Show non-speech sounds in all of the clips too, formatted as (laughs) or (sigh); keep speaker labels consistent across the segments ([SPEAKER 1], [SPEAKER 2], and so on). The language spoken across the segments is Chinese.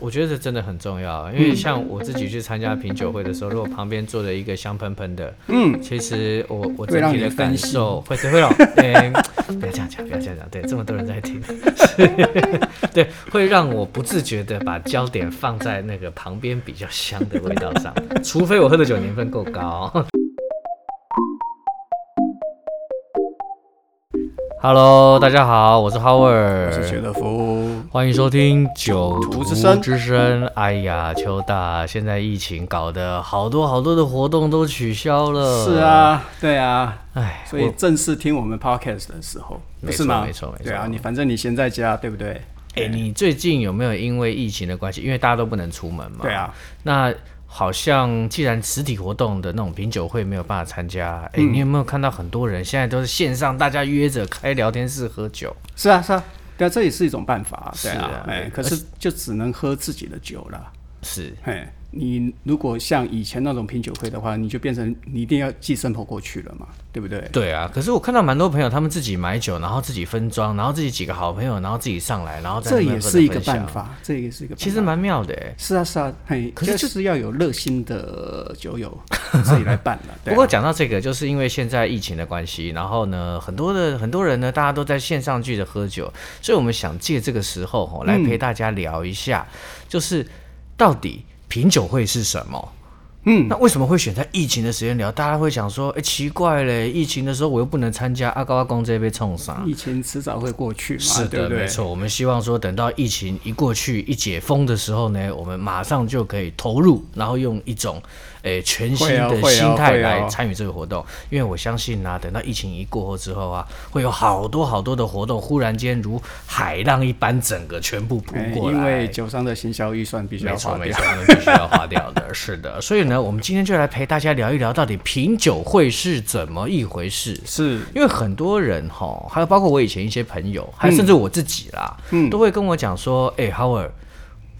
[SPEAKER 1] 我觉得这真的很重要，因
[SPEAKER 2] 嗯
[SPEAKER 1] 为像我自己去参加品酒会的时候，如果旁边坐着一个香喷喷的，
[SPEAKER 2] 嗯，
[SPEAKER 1] 其实我我
[SPEAKER 2] 会
[SPEAKER 1] 整
[SPEAKER 2] 让
[SPEAKER 1] 体
[SPEAKER 2] 你
[SPEAKER 1] 的
[SPEAKER 2] 分
[SPEAKER 1] 感
[SPEAKER 2] 心
[SPEAKER 1] 受会会让，哎，不要这样讲，不要这样讲，对，这么多人在听， (laughs) 对，会让我不自觉的把焦点放在那个旁边比较香的味道上，除非我喝的酒年份够高。Hello，大家好，我是 Howard，
[SPEAKER 2] 我是学德夫，
[SPEAKER 1] 欢迎收听《酒徒
[SPEAKER 2] 徒之声
[SPEAKER 1] 之声哎呀，邱大，现在疫情搞得好多好多的活动都取消了。
[SPEAKER 2] 是，啊，对啊，
[SPEAKER 1] 哎，
[SPEAKER 2] 所以正式听我们 podcast 的时候，
[SPEAKER 1] 没
[SPEAKER 2] 不
[SPEAKER 1] 错
[SPEAKER 2] 是吗？
[SPEAKER 1] 没错没错
[SPEAKER 2] 对啊，你反正你先在家，对不对？
[SPEAKER 1] 哎，你最近有没有因为疫情的关系，因为大家都不能出门嘛？
[SPEAKER 2] 对。啊，
[SPEAKER 1] 那好像既然实体活动的那种品酒会没有办法参加，哎、
[SPEAKER 2] 嗯
[SPEAKER 1] 你有没有看到很多人现在都是线上，大家约着开聊天室喝酒？
[SPEAKER 2] 是啊，是啊，对啊，这也是一种办法，对
[SPEAKER 1] 是啊
[SPEAKER 2] 啊，哎，
[SPEAKER 1] 对
[SPEAKER 2] 可是就只能喝自己的酒了，
[SPEAKER 1] 是，
[SPEAKER 2] 嘿。你如果像以前那种品酒会的话，你就变成你一定要寄生婆过去了嘛，对不对？
[SPEAKER 1] 对啊。可是我看到蛮多朋友他们自己买酒，然后自己分装，然后自己几个好朋友，然后自己上来，然后在
[SPEAKER 2] 这
[SPEAKER 1] 那边
[SPEAKER 2] 也
[SPEAKER 1] 喝
[SPEAKER 2] 是
[SPEAKER 1] 着
[SPEAKER 2] 一个
[SPEAKER 1] 分享
[SPEAKER 2] 办，法，这也是一个办法
[SPEAKER 1] 其实蛮妙的、哎。
[SPEAKER 2] 是啊，是啊，嘿，
[SPEAKER 1] 可是
[SPEAKER 2] 就
[SPEAKER 1] 这
[SPEAKER 2] 是要有热心的酒友自己来办了。对
[SPEAKER 1] 不
[SPEAKER 2] 啊
[SPEAKER 1] 过讲到这个，就是因为现在疫情的关系，然后呢，很多的很多人呢，大家都在线上聚着喝酒，所以我们想借这个时候吼、
[SPEAKER 2] 嗯
[SPEAKER 1] 来陪大家聊一下，就是到底品酒会是什么？嗯，那为什么会选在疫情的时间聊？大家会想说，哎、奇怪嘞，疫情的时候我又不能参加，阿高阿公这被冲啥？
[SPEAKER 2] 疫情迟早会过去嘛，
[SPEAKER 1] 啊是
[SPEAKER 2] 对
[SPEAKER 1] 的，
[SPEAKER 2] 不对？
[SPEAKER 1] 没错。我们希望说，等到疫情一过去、一解封的时候呢，我们马上就可以投入，然后用一种诶、全新
[SPEAKER 2] 会啊
[SPEAKER 1] 的
[SPEAKER 2] 会啊
[SPEAKER 1] 心态
[SPEAKER 2] 会啊
[SPEAKER 1] 来参与这个活动。因为我相信啊，等到疫情一过后之后啊，会有好多好多的活动，忽然间如海浪一般，整个全部扑
[SPEAKER 2] 哎
[SPEAKER 1] 过来。
[SPEAKER 2] 因为酒商的行销预算必须
[SPEAKER 1] 没
[SPEAKER 2] 要
[SPEAKER 1] 错，
[SPEAKER 2] 花
[SPEAKER 1] 没
[SPEAKER 2] 掉
[SPEAKER 1] 错，。他们必须要花掉的，是的。所以呢，我们今天就来陪大家聊一聊，到底品酒会是怎么一回事。
[SPEAKER 2] 是，
[SPEAKER 1] 因为很多人哈，还有包括我以前一些朋友，还有甚至我自己啦，
[SPEAKER 2] 嗯
[SPEAKER 1] 都会跟我讲说，哎、h o w a r d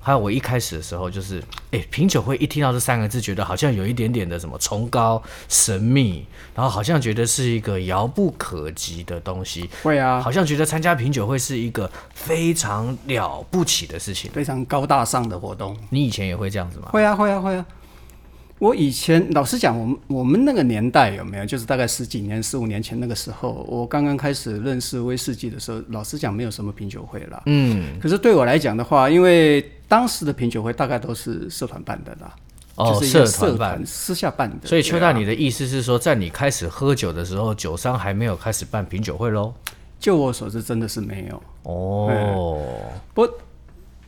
[SPEAKER 1] 还有我一开始的时候，就是哎、品酒会一听到这三个字，觉得好像有一点点的什么崇高、神秘，然后好像觉得是一个遥不可及的东西，
[SPEAKER 2] 会啊，
[SPEAKER 1] 好像觉得参加品酒会是一个非常了不起的事情。
[SPEAKER 2] 非常高大上的活动。
[SPEAKER 1] 你以前也会这样子吗？
[SPEAKER 2] 会啊，会啊，会啊。我以前老实讲，我们我们那个年代有没有？就是大概十几年、十五年前那个时候，我刚刚开始认识威士忌的时候，老实讲没有什么品酒会啦。
[SPEAKER 1] 嗯，
[SPEAKER 2] 可是对我来讲的话，因为当时的品酒会大概都是社团办的啦，
[SPEAKER 1] 哦，
[SPEAKER 2] 就是一
[SPEAKER 1] 社
[SPEAKER 2] 个社
[SPEAKER 1] 团办。
[SPEAKER 2] 私下办的。啊
[SPEAKER 1] 所以
[SPEAKER 2] 对
[SPEAKER 1] 邱大，你的意思是说，在你开始喝酒的时候，酒商还没有开始办品酒会喽？
[SPEAKER 2] 就我所知，真的是没有。
[SPEAKER 1] 哦，
[SPEAKER 2] 不，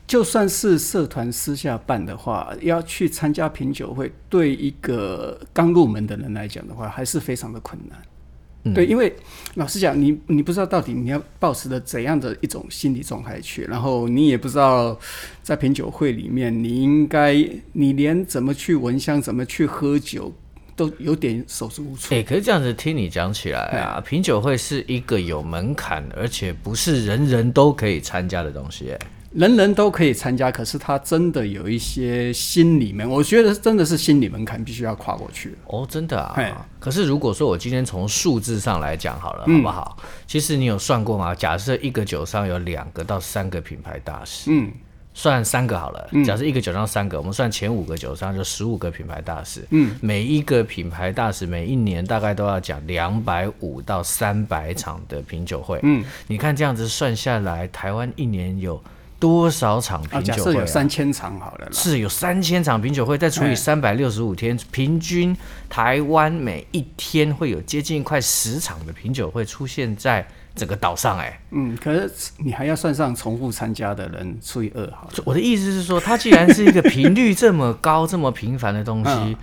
[SPEAKER 2] 就算是社团私下办的话，要去参加品酒会，对一个刚入门的人来讲的话，还是非常的困难。对，因为老实讲，你你不知道到底你要保持着怎样的一种心理状态去，然后你也不知道在品酒会里面，你应该你连怎么去闻香、怎么去喝酒，都有点手足无措。
[SPEAKER 1] 哎、可是这样子听你讲起来啊，品酒会是一个有门槛，而且不是人人都可以参加的东西、哎
[SPEAKER 2] 人人都可以参加，可是他真的有一些心理门，我觉得真的是心理门槛必须要跨过去。
[SPEAKER 1] 哦，真的
[SPEAKER 2] 嘿
[SPEAKER 1] 啊。可是如果说我今天从数字上来讲好了，
[SPEAKER 2] 嗯
[SPEAKER 1] 好不好？其实你有算过吗？假设一个酒商有两个到三个品牌大使，
[SPEAKER 2] 嗯，
[SPEAKER 1] 算三个好了。假设一个酒商三个，我们算前五个酒商就十五个品牌大使。嗯，每一个品牌大使每一年大概都要讲两百五到三百场的品酒会。嗯，你看这样子算下来，台湾一年有多少场
[SPEAKER 2] 啊，
[SPEAKER 1] 品
[SPEAKER 2] 假
[SPEAKER 1] 酒
[SPEAKER 2] 设
[SPEAKER 1] 会、
[SPEAKER 2] 有三千场好了啦，
[SPEAKER 1] 是有三千场品酒会，再除以三百六十五天，平均台湾每一天会有接近快十场的品酒会出现在整个岛上、哎，
[SPEAKER 2] 嗯，可是你还要算上重复参加的人除以二好了，
[SPEAKER 1] 我的意思是说，它既然是一个频率这么高、这么频繁的东西，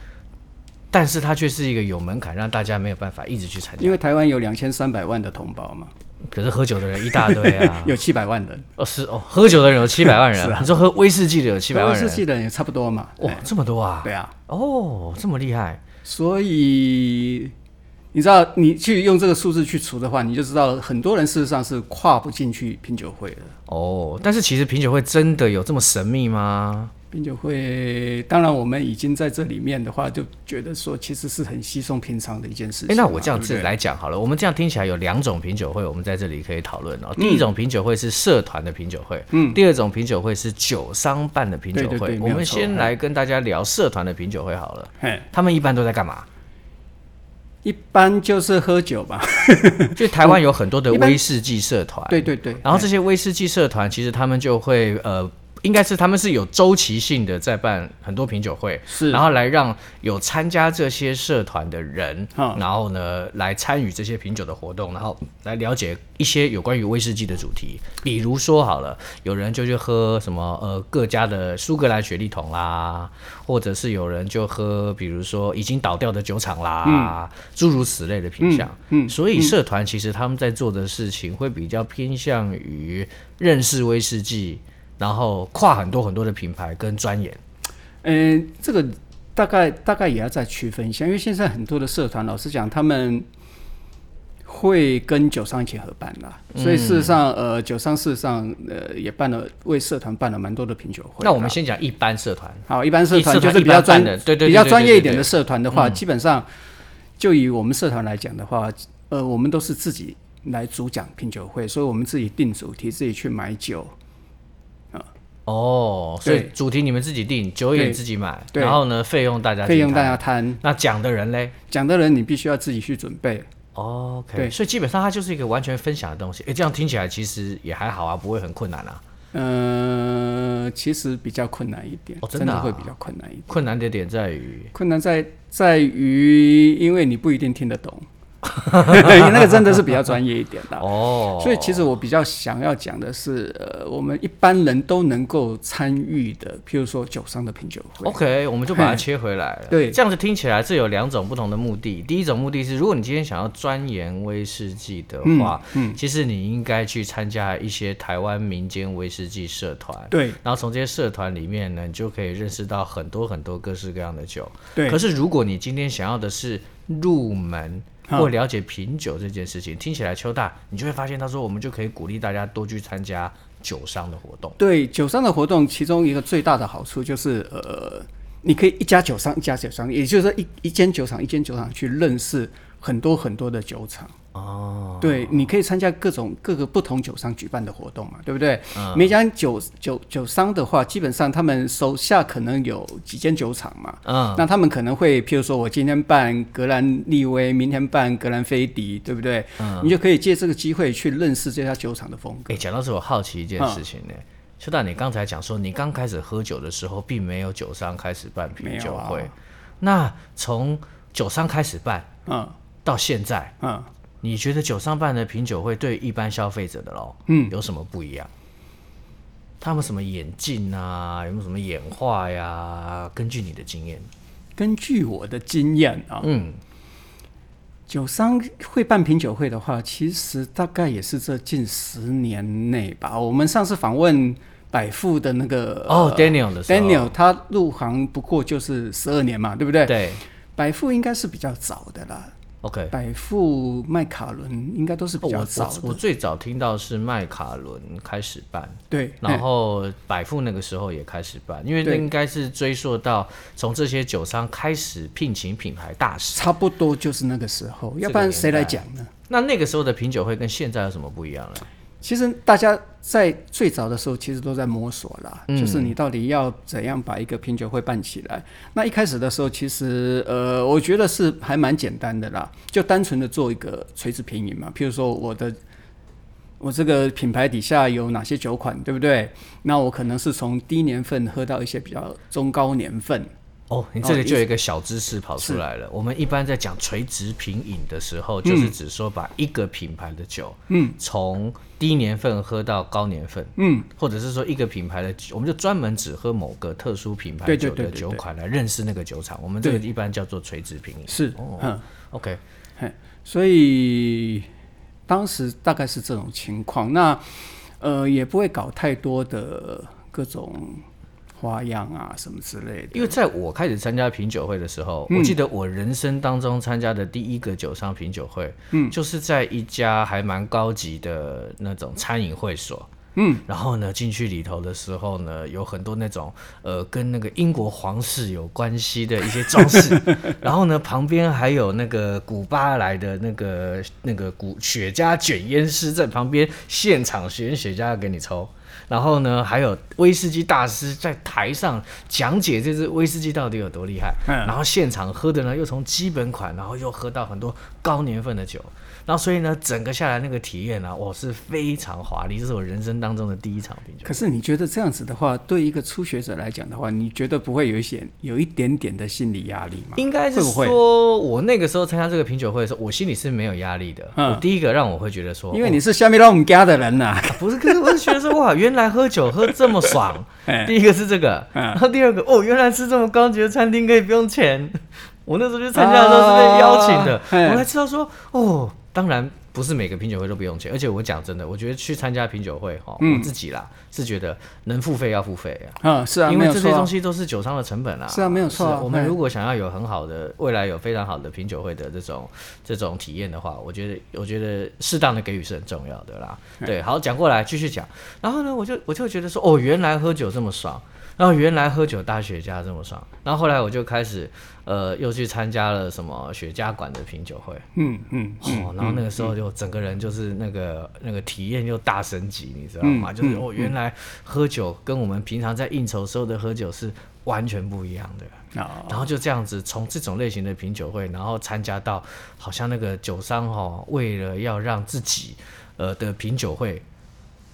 [SPEAKER 1] 但是它却是一个有门槛，让大家没有办法一直去 (laughs) 参加。
[SPEAKER 2] 因为台湾有两千三百万的同胞嘛，
[SPEAKER 1] 可是喝酒的人一大堆啊，
[SPEAKER 2] (laughs) 有七百万人，
[SPEAKER 1] 哦是哦，喝酒的人有七百万人，你说喝啊威士忌的有七百万
[SPEAKER 2] 威士
[SPEAKER 1] 人，
[SPEAKER 2] 忌的人也差不多嘛，
[SPEAKER 1] 哇，这么多啊！
[SPEAKER 2] 对啊，
[SPEAKER 1] 哦，这么厉害，
[SPEAKER 2] 所以你知道你去用这个数字去除的话，你就知道很多人事实上是跨不进去品酒会的。
[SPEAKER 1] 哦，但是其实品酒会真的有这么神秘吗？
[SPEAKER 2] 品酒会，当然我们已经在这里面的话，就觉得说其实是很稀松平常的一件事情啊
[SPEAKER 1] 哎、
[SPEAKER 2] 嘛。
[SPEAKER 1] 那我这样
[SPEAKER 2] 对
[SPEAKER 1] 子
[SPEAKER 2] 不对
[SPEAKER 1] 来讲好了，我们这样听起来有两种品酒会，我们在这里可以讨论
[SPEAKER 2] 嗯
[SPEAKER 1] 哦。第一种品酒会是社团的品酒会，嗯，第二种品酒会是酒商办的品酒会。
[SPEAKER 2] 对对对
[SPEAKER 1] 我
[SPEAKER 2] 没
[SPEAKER 1] 们
[SPEAKER 2] 有错嗯
[SPEAKER 1] 先来跟大家聊社团的品酒会好了，
[SPEAKER 2] 嘿，
[SPEAKER 1] 他们一般都在干嘛？
[SPEAKER 2] 一般就是喝酒吧。
[SPEAKER 1] 就台湾有很多的
[SPEAKER 2] (laughs) 一般
[SPEAKER 1] 威士忌社团，
[SPEAKER 2] 对对对，
[SPEAKER 1] 啊然后这些威士忌社团其实他们就会呃。应该是他们是有周期性的在办很多品酒会，
[SPEAKER 2] 是
[SPEAKER 1] 然后来让有参加这些社团的人，
[SPEAKER 2] 嗯
[SPEAKER 1] 然后呢来参与这些品酒的活动，然后来了解一些有关于威士忌的主题。比如说好了，有人就去喝什么呃各家的苏格兰雪利桶啦，或者是有人就喝比如说已经倒掉的酒厂啦，诸如此类的品相。嗯，所以社团其实他们在做的事情会比较偏向于认识威士忌。然后跨很多很多的品牌跟钻研，
[SPEAKER 2] 嗯、这个大概大概也要再区分一下，因为现在很多的社团，老实讲，他们会跟酒商一起合办啦，
[SPEAKER 1] 嗯
[SPEAKER 2] 所以事实上，呃，酒商事实上，呃，也办了为社团办了蛮多的品酒会啦。
[SPEAKER 1] 那我们先讲一般社团，
[SPEAKER 2] 好，一般社团
[SPEAKER 1] 社团
[SPEAKER 2] 就是
[SPEAKER 1] 一
[SPEAKER 2] 比较
[SPEAKER 1] 般办
[SPEAKER 2] 专
[SPEAKER 1] 的对对对
[SPEAKER 2] 比较
[SPEAKER 1] 对对
[SPEAKER 2] 专业
[SPEAKER 1] 对
[SPEAKER 2] 一
[SPEAKER 1] 嗯
[SPEAKER 2] 点
[SPEAKER 1] 对
[SPEAKER 2] 的社团的话，基本上就以我们社团来讲的话，呃，我们都是自己来主讲品酒会，所以我们自己定主题，自己去买酒，
[SPEAKER 1] 哦，所以
[SPEAKER 2] 对
[SPEAKER 1] 主题你们自己定，酒也
[SPEAKER 2] 对
[SPEAKER 1] 自己买，
[SPEAKER 2] 对
[SPEAKER 1] 然后呢，费用大家
[SPEAKER 2] 费用
[SPEAKER 1] 自己
[SPEAKER 2] 大
[SPEAKER 1] 摊
[SPEAKER 2] 家摊，
[SPEAKER 1] 那讲的人嘞
[SPEAKER 2] 讲的人你必须要自己去准备。
[SPEAKER 1] ，OK，
[SPEAKER 2] 对
[SPEAKER 1] 所以基本上它就是一个完全分享的东西。哎，这样听起来其实也还好啊，不会很困难啊。
[SPEAKER 2] 呃，其实比较困难一点，
[SPEAKER 1] 哦真的
[SPEAKER 2] 的
[SPEAKER 1] 啊
[SPEAKER 2] 会比较困难一点。
[SPEAKER 1] 困难的点在于，
[SPEAKER 2] 困难在在于，因为你不一定听得懂，
[SPEAKER 1] (laughs)
[SPEAKER 2] 那个真的是比较专业一点的。
[SPEAKER 1] 哦，
[SPEAKER 2] 啊所以其实我比较想要讲的是，呃，我们一般人都能够参与的，譬如说酒商的品酒会，
[SPEAKER 1] OK，我们就把它切回来了。
[SPEAKER 2] 对
[SPEAKER 1] 这样子听起来是有两种不同的目的。第一种目的是，如果你今天想要钻研威士忌的话，嗯，其实你应该去参加一些台湾民间威士忌社团。
[SPEAKER 2] 对
[SPEAKER 1] 然后从这些社团里面呢，你就可以认识到很多很多各式各样的酒。
[SPEAKER 2] 对
[SPEAKER 1] 可是如果你今天想要的是入门
[SPEAKER 2] 嗯
[SPEAKER 1] 或了解品酒这件事情，听起来邱大，你就会发现他说我们就可以鼓励大家多去参加酒商的活动。
[SPEAKER 2] 对酒商的活动，其中一个最大的好处就是，呃，你可以一家酒商一家酒商，也就是说一一间酒厂一间酒厂去认识很多很多的酒厂。
[SPEAKER 1] 哦，
[SPEAKER 2] 对，你可以参加各种各个不同酒商举办的活动嘛，对不对？
[SPEAKER 1] 嗯
[SPEAKER 2] 每家酒酒酒商的话，基本上他们手下可能有几间酒厂嘛，
[SPEAKER 1] 嗯，
[SPEAKER 2] 那他们可能会，譬如说我今天办格兰利威，明天办格兰菲迪，对不对？
[SPEAKER 1] 嗯
[SPEAKER 2] 你就可以借这个机会去认识这家酒厂的风格。
[SPEAKER 1] 哎、讲到这，我好奇一件事情呢、
[SPEAKER 2] 嗯
[SPEAKER 1] 邱大，你刚才讲说，你刚开始喝酒的时候，并没有酒商开始办品酒会，
[SPEAKER 2] 没有啊
[SPEAKER 1] 那从酒商开始办
[SPEAKER 2] 嗯
[SPEAKER 1] 到现在，
[SPEAKER 2] 嗯，
[SPEAKER 1] 你觉得酒商办的品酒会对一般消费者的咯，嗯，有什么不一样？他们什么演进啊？有没有什么演化呀？根据你的经验，
[SPEAKER 2] 根据我的经验啊，
[SPEAKER 1] 嗯，
[SPEAKER 2] 酒商会办品酒会的话，其实大概也是这近十年内吧。我们上次访问百富的那个
[SPEAKER 1] 哦、
[SPEAKER 2] 呃
[SPEAKER 1] d a n i e l 的时候
[SPEAKER 2] Daniel，他入行不过就是十二年嘛，对不对？
[SPEAKER 1] 对
[SPEAKER 2] 百富应该是比较早的啦，
[SPEAKER 1] ，OK，
[SPEAKER 2] 百富、麦卡伦应该都是
[SPEAKER 1] 哦
[SPEAKER 2] 比
[SPEAKER 1] 我
[SPEAKER 2] 较
[SPEAKER 1] 我
[SPEAKER 2] 早的。
[SPEAKER 1] 我最早听到是麦卡伦开始办，
[SPEAKER 2] 对，
[SPEAKER 1] 然后百富那个时候也开始办，因为那
[SPEAKER 2] 对
[SPEAKER 1] 应该是追溯到从这些酒商开始聘请品牌大使。
[SPEAKER 2] 差不多就是那个时候，要不然谁来讲呢？
[SPEAKER 1] 那那个时候的品酒会跟现在有什么不一样呢？
[SPEAKER 2] 其实大家在最早的时候，其实都在摸索啦，就是你到底要怎样把一个品酒会办起来。那一开始的时候，其实呃，我觉得是还蛮简单的啦，就单纯的做一个垂直品饮嘛，譬如说我的。我这个品牌底下有哪些酒款，对不对？那我可能是从低年份喝到一些比较中高年份，
[SPEAKER 1] 哦，你这里就有一个小知识跑出来了。我们一般在讲垂直品饮的时候，
[SPEAKER 2] 嗯
[SPEAKER 1] 就是只说把一个品牌的酒，嗯，从低年份喝到高年份，嗯，或者是说一个品牌的酒，我们就专门只喝某个特殊品牌
[SPEAKER 2] 对对
[SPEAKER 1] 酒的
[SPEAKER 2] 对对
[SPEAKER 1] 酒
[SPEAKER 2] 对
[SPEAKER 1] 款来认识那个酒厂。我们这个
[SPEAKER 2] 对
[SPEAKER 1] 一般叫做垂直品饮。
[SPEAKER 2] 是，
[SPEAKER 1] 哦
[SPEAKER 2] 嗯，
[SPEAKER 1] OK，
[SPEAKER 2] 嘿，所以当时大概是这种情况。那呃，也不会搞太多的各种花样啊什么之类的。
[SPEAKER 1] 因为在我开始参加品酒会的时候，我记得我人生当中参加的第一个酒商品酒会，嗯，就是在一家还蛮高级的那种餐饮会所，嗯，然后呢，进去里头的时候呢，有很多那种呃跟那个英国皇室有关系的一些装饰，然后呢，旁边还有那个古巴来的那个那个古雪茄卷烟师在旁边现场选雪茄给你抽。然后呢，还有威士忌大师在台上讲解这支威士忌到底有多厉害，
[SPEAKER 2] 嗯
[SPEAKER 1] 然后现场喝的呢又从基本款，然后又喝到很多高年份的酒，然后所以呢，整个下来那个体验啊，我是非常华丽，这是我人生当中的第一场品酒。
[SPEAKER 2] 可是你觉得这样子的话，对一个初学者来讲的话，你觉得不会有一些有一点点的心理压力吗？
[SPEAKER 1] 应该是
[SPEAKER 2] 会不会
[SPEAKER 1] 说，我那个时候参加这个品酒会的时候，我心里是没有压力的。
[SPEAKER 2] 嗯
[SPEAKER 1] 我第一个让我会觉得说，
[SPEAKER 2] 因为你是下面让我们家的 (laughs) 人呐、
[SPEAKER 1] 啊不是，可是我是觉得说，哇， (laughs) 原来喝酒喝这么爽。
[SPEAKER 2] 哎
[SPEAKER 1] 第一个是这个，
[SPEAKER 2] 嗯
[SPEAKER 1] 然后第二个，哦，原来吃这么高级的餐厅可以不用钱。 (laughs) 我那时候去参加的时候是被邀请的
[SPEAKER 2] 啊，嘿
[SPEAKER 1] 我才知道说，哦，当然不是每个品酒会都不用钱，而且我讲真的，我觉得去参加品酒会哈，
[SPEAKER 2] 嗯
[SPEAKER 1] 我自己啦是觉得能付费要付费啊。
[SPEAKER 2] 啊，是啊，
[SPEAKER 1] 因
[SPEAKER 2] 没
[SPEAKER 1] 为
[SPEAKER 2] 有
[SPEAKER 1] 这些
[SPEAKER 2] 错啊
[SPEAKER 1] 东西都是酒商的成本啦、
[SPEAKER 2] 是啊没有错啊
[SPEAKER 1] 是我们
[SPEAKER 2] 嗯
[SPEAKER 1] 如果想要有很好的未来，有非常好的品酒会的这种这种体验的话，我觉得我觉得适当的给予是很重要的啦。对，好，讲过来继续讲。然后呢，我就我就觉得说，哦，原来喝酒这么爽，然后原来喝酒搭雪茄这么爽。然后后来我就开始呃，又去参加了什么雪茄馆的品酒会。
[SPEAKER 2] 嗯嗯
[SPEAKER 1] 哦，然后那个时候就整个人就是那个那个体验又大升级，你知
[SPEAKER 2] 嗯
[SPEAKER 1] 道吗？就是哦，原来喝酒跟我们平常在应酬时候的喝酒是完全不一样的。
[SPEAKER 2] 啊，
[SPEAKER 1] 然后就这样子，从这种类型的品酒会，然后参加到好像那个酒商哦，为了要让自己呃的品酒会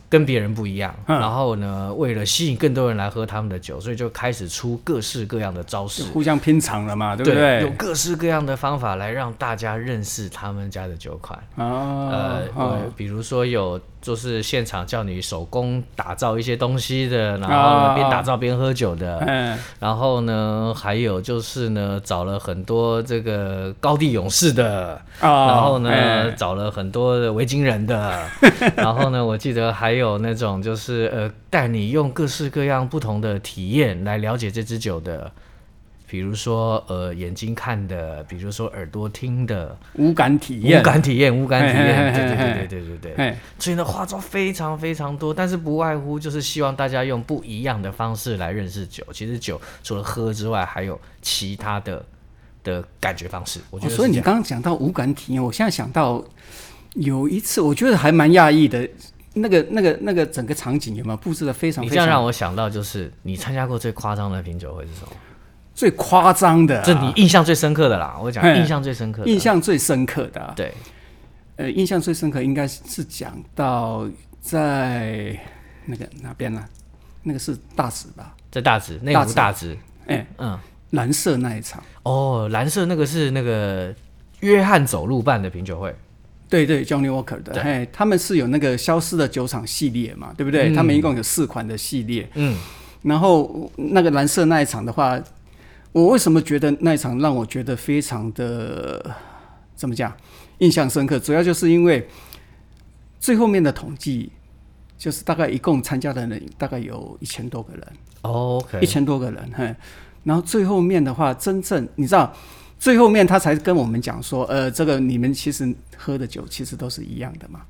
[SPEAKER 1] 跟别人不一样，
[SPEAKER 2] 嗯
[SPEAKER 1] 然后呢，为了吸引更多人来喝他们的酒，所以就开始出各式各样的招式
[SPEAKER 2] 就。互相拼场了嘛，对不
[SPEAKER 1] 有
[SPEAKER 2] 对？
[SPEAKER 1] 各式各样的方法来让大家认识他们家的酒款。
[SPEAKER 2] 啊
[SPEAKER 1] 呃，，
[SPEAKER 2] 啊
[SPEAKER 1] 我比如说有就是现场叫你手工打造一些东西的，然后呢
[SPEAKER 2] 啊
[SPEAKER 1] 边打造边喝酒的，
[SPEAKER 2] 嗯，
[SPEAKER 1] 然后呢还有就是呢找了很多这个高地勇士的，
[SPEAKER 2] 啊
[SPEAKER 1] 然后呢、
[SPEAKER 2] 哎
[SPEAKER 1] 找了很多的维京人的，
[SPEAKER 2] (laughs)
[SPEAKER 1] 然后呢我记得还有那种就是呃带你用各式各样不同的体验来了解这支酒的。比如说，呃，眼睛看的，比如说耳朵听的，
[SPEAKER 2] 无感体
[SPEAKER 1] 无
[SPEAKER 2] 验，
[SPEAKER 1] 感体验，无感体验，
[SPEAKER 2] 嘿
[SPEAKER 1] 对
[SPEAKER 2] 嘿
[SPEAKER 1] 对
[SPEAKER 2] 嘿
[SPEAKER 1] 对对对对对。
[SPEAKER 2] 哎，
[SPEAKER 1] 所以呢，花招非常非常多，但是不外乎就是希望大家用不一样的方式来认识酒。其实酒除了喝之外，还有其他的的感觉方式。我觉
[SPEAKER 2] 哦
[SPEAKER 1] 得是
[SPEAKER 2] 所以
[SPEAKER 1] 这
[SPEAKER 2] 你
[SPEAKER 1] 样、
[SPEAKER 2] 刚刚讲到无感体验，我现在想到有一次，我觉得还蛮讶异的，那个、那个、那个整个场景有没有布置的非常
[SPEAKER 1] 你
[SPEAKER 2] 非
[SPEAKER 1] 这样
[SPEAKER 2] 常
[SPEAKER 1] 让我想到，就是你参加过最夸张的品酒会是什么？
[SPEAKER 2] 最夸张的啊、
[SPEAKER 1] 这你印象最深刻的啦，我讲
[SPEAKER 2] 嘿
[SPEAKER 1] 印象最深刻的，
[SPEAKER 2] 印象最深刻的啊、
[SPEAKER 1] 对，
[SPEAKER 2] 呃，印象最深刻应该是是讲到在那个哪边呢、那个是大直吧？
[SPEAKER 1] 在大直内湖
[SPEAKER 2] 直
[SPEAKER 1] 大直，
[SPEAKER 2] 哎、
[SPEAKER 1] 嗯，
[SPEAKER 2] 蓝色那一场，
[SPEAKER 1] 哦，蓝色那个是那个约翰走路办的品酒会，
[SPEAKER 2] 对对，Johnny Walker 的，
[SPEAKER 1] 对
[SPEAKER 2] 哎，他们是有那个消失的酒厂系列嘛，对不对？
[SPEAKER 1] 嗯
[SPEAKER 2] 他们一共有四款的系列，
[SPEAKER 1] 嗯，
[SPEAKER 2] 然后那个蓝色那一场的话，我为什么觉得那一场让我觉得非常的呃怎么讲印象深刻？主要就是因为最后面的统计，就是大概一共参加的人大概有一千多个人，
[SPEAKER 1] 哦，OK，
[SPEAKER 2] 一千多个人，嘿。然后最后面的话，真正你知道，最后面他才跟我们讲说，呃，这个你们其实喝的酒其实都是一样的嘛，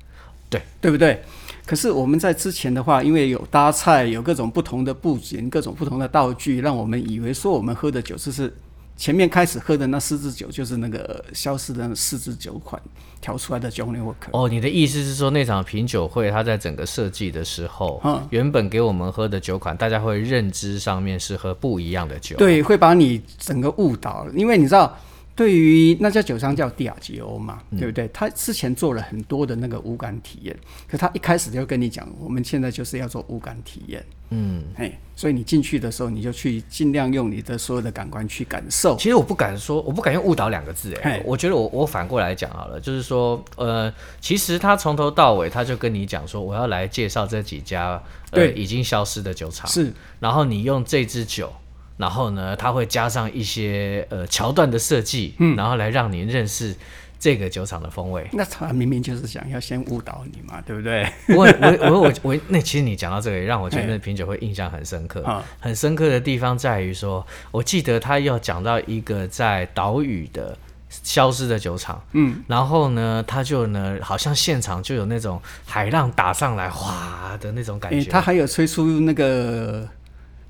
[SPEAKER 1] 对
[SPEAKER 2] 对不对？可是我们在之前的话，因为有搭菜，有各种不同的布景，各种不同的道具，让我们以为说我们喝的酒就是前面开始喝的那四支酒，就是那个消失的那四支酒款调出来的 Johnny Walker。
[SPEAKER 1] 哦，你的意思是说那场品酒会，它在整个设计的时候，
[SPEAKER 2] 嗯
[SPEAKER 1] 原本给我们喝的酒款，大家会认知上面是喝不一样的酒。，
[SPEAKER 2] 对，会把你整个误导，因为你知道，对于那家酒商叫蒂亚吉欧嘛，
[SPEAKER 1] 嗯
[SPEAKER 2] 对不对？他之前做了很多的那个无感体验，可他一开始就跟你讲，我们现在就是要做无感体验，
[SPEAKER 1] 嗯，
[SPEAKER 2] 嘿，所以你进去的时候，你就去尽量用你的所有的感官去感受，
[SPEAKER 1] 其实我不敢说，我不敢用误导两个字，哎
[SPEAKER 2] 嘿，
[SPEAKER 1] 我觉得我我反过来讲好了，就是说，呃，其实他从头到尾他就跟你讲说，我要来介绍这几家呃
[SPEAKER 2] 对
[SPEAKER 1] 已经消失的酒厂，
[SPEAKER 2] 是
[SPEAKER 1] 然后你用这支酒，然后呢，它会加上一些呃桥段的设计，
[SPEAKER 2] 嗯
[SPEAKER 1] 然后来让你认识这个酒厂的风味。
[SPEAKER 2] 那他明明就是想要先误导你嘛，对不对？
[SPEAKER 1] 不过我我我我那其实你讲到这个，也让我觉得品酒会印象很深刻
[SPEAKER 2] 哎啊。
[SPEAKER 1] 很深刻的地方在于说，我记得他要讲到一个在岛屿的消失的酒厂，嗯，然后呢，他就呢，好像现场就有那种海浪打上来哗的那种感
[SPEAKER 2] 诶，
[SPEAKER 1] 觉，
[SPEAKER 2] 哎它还有吹出那个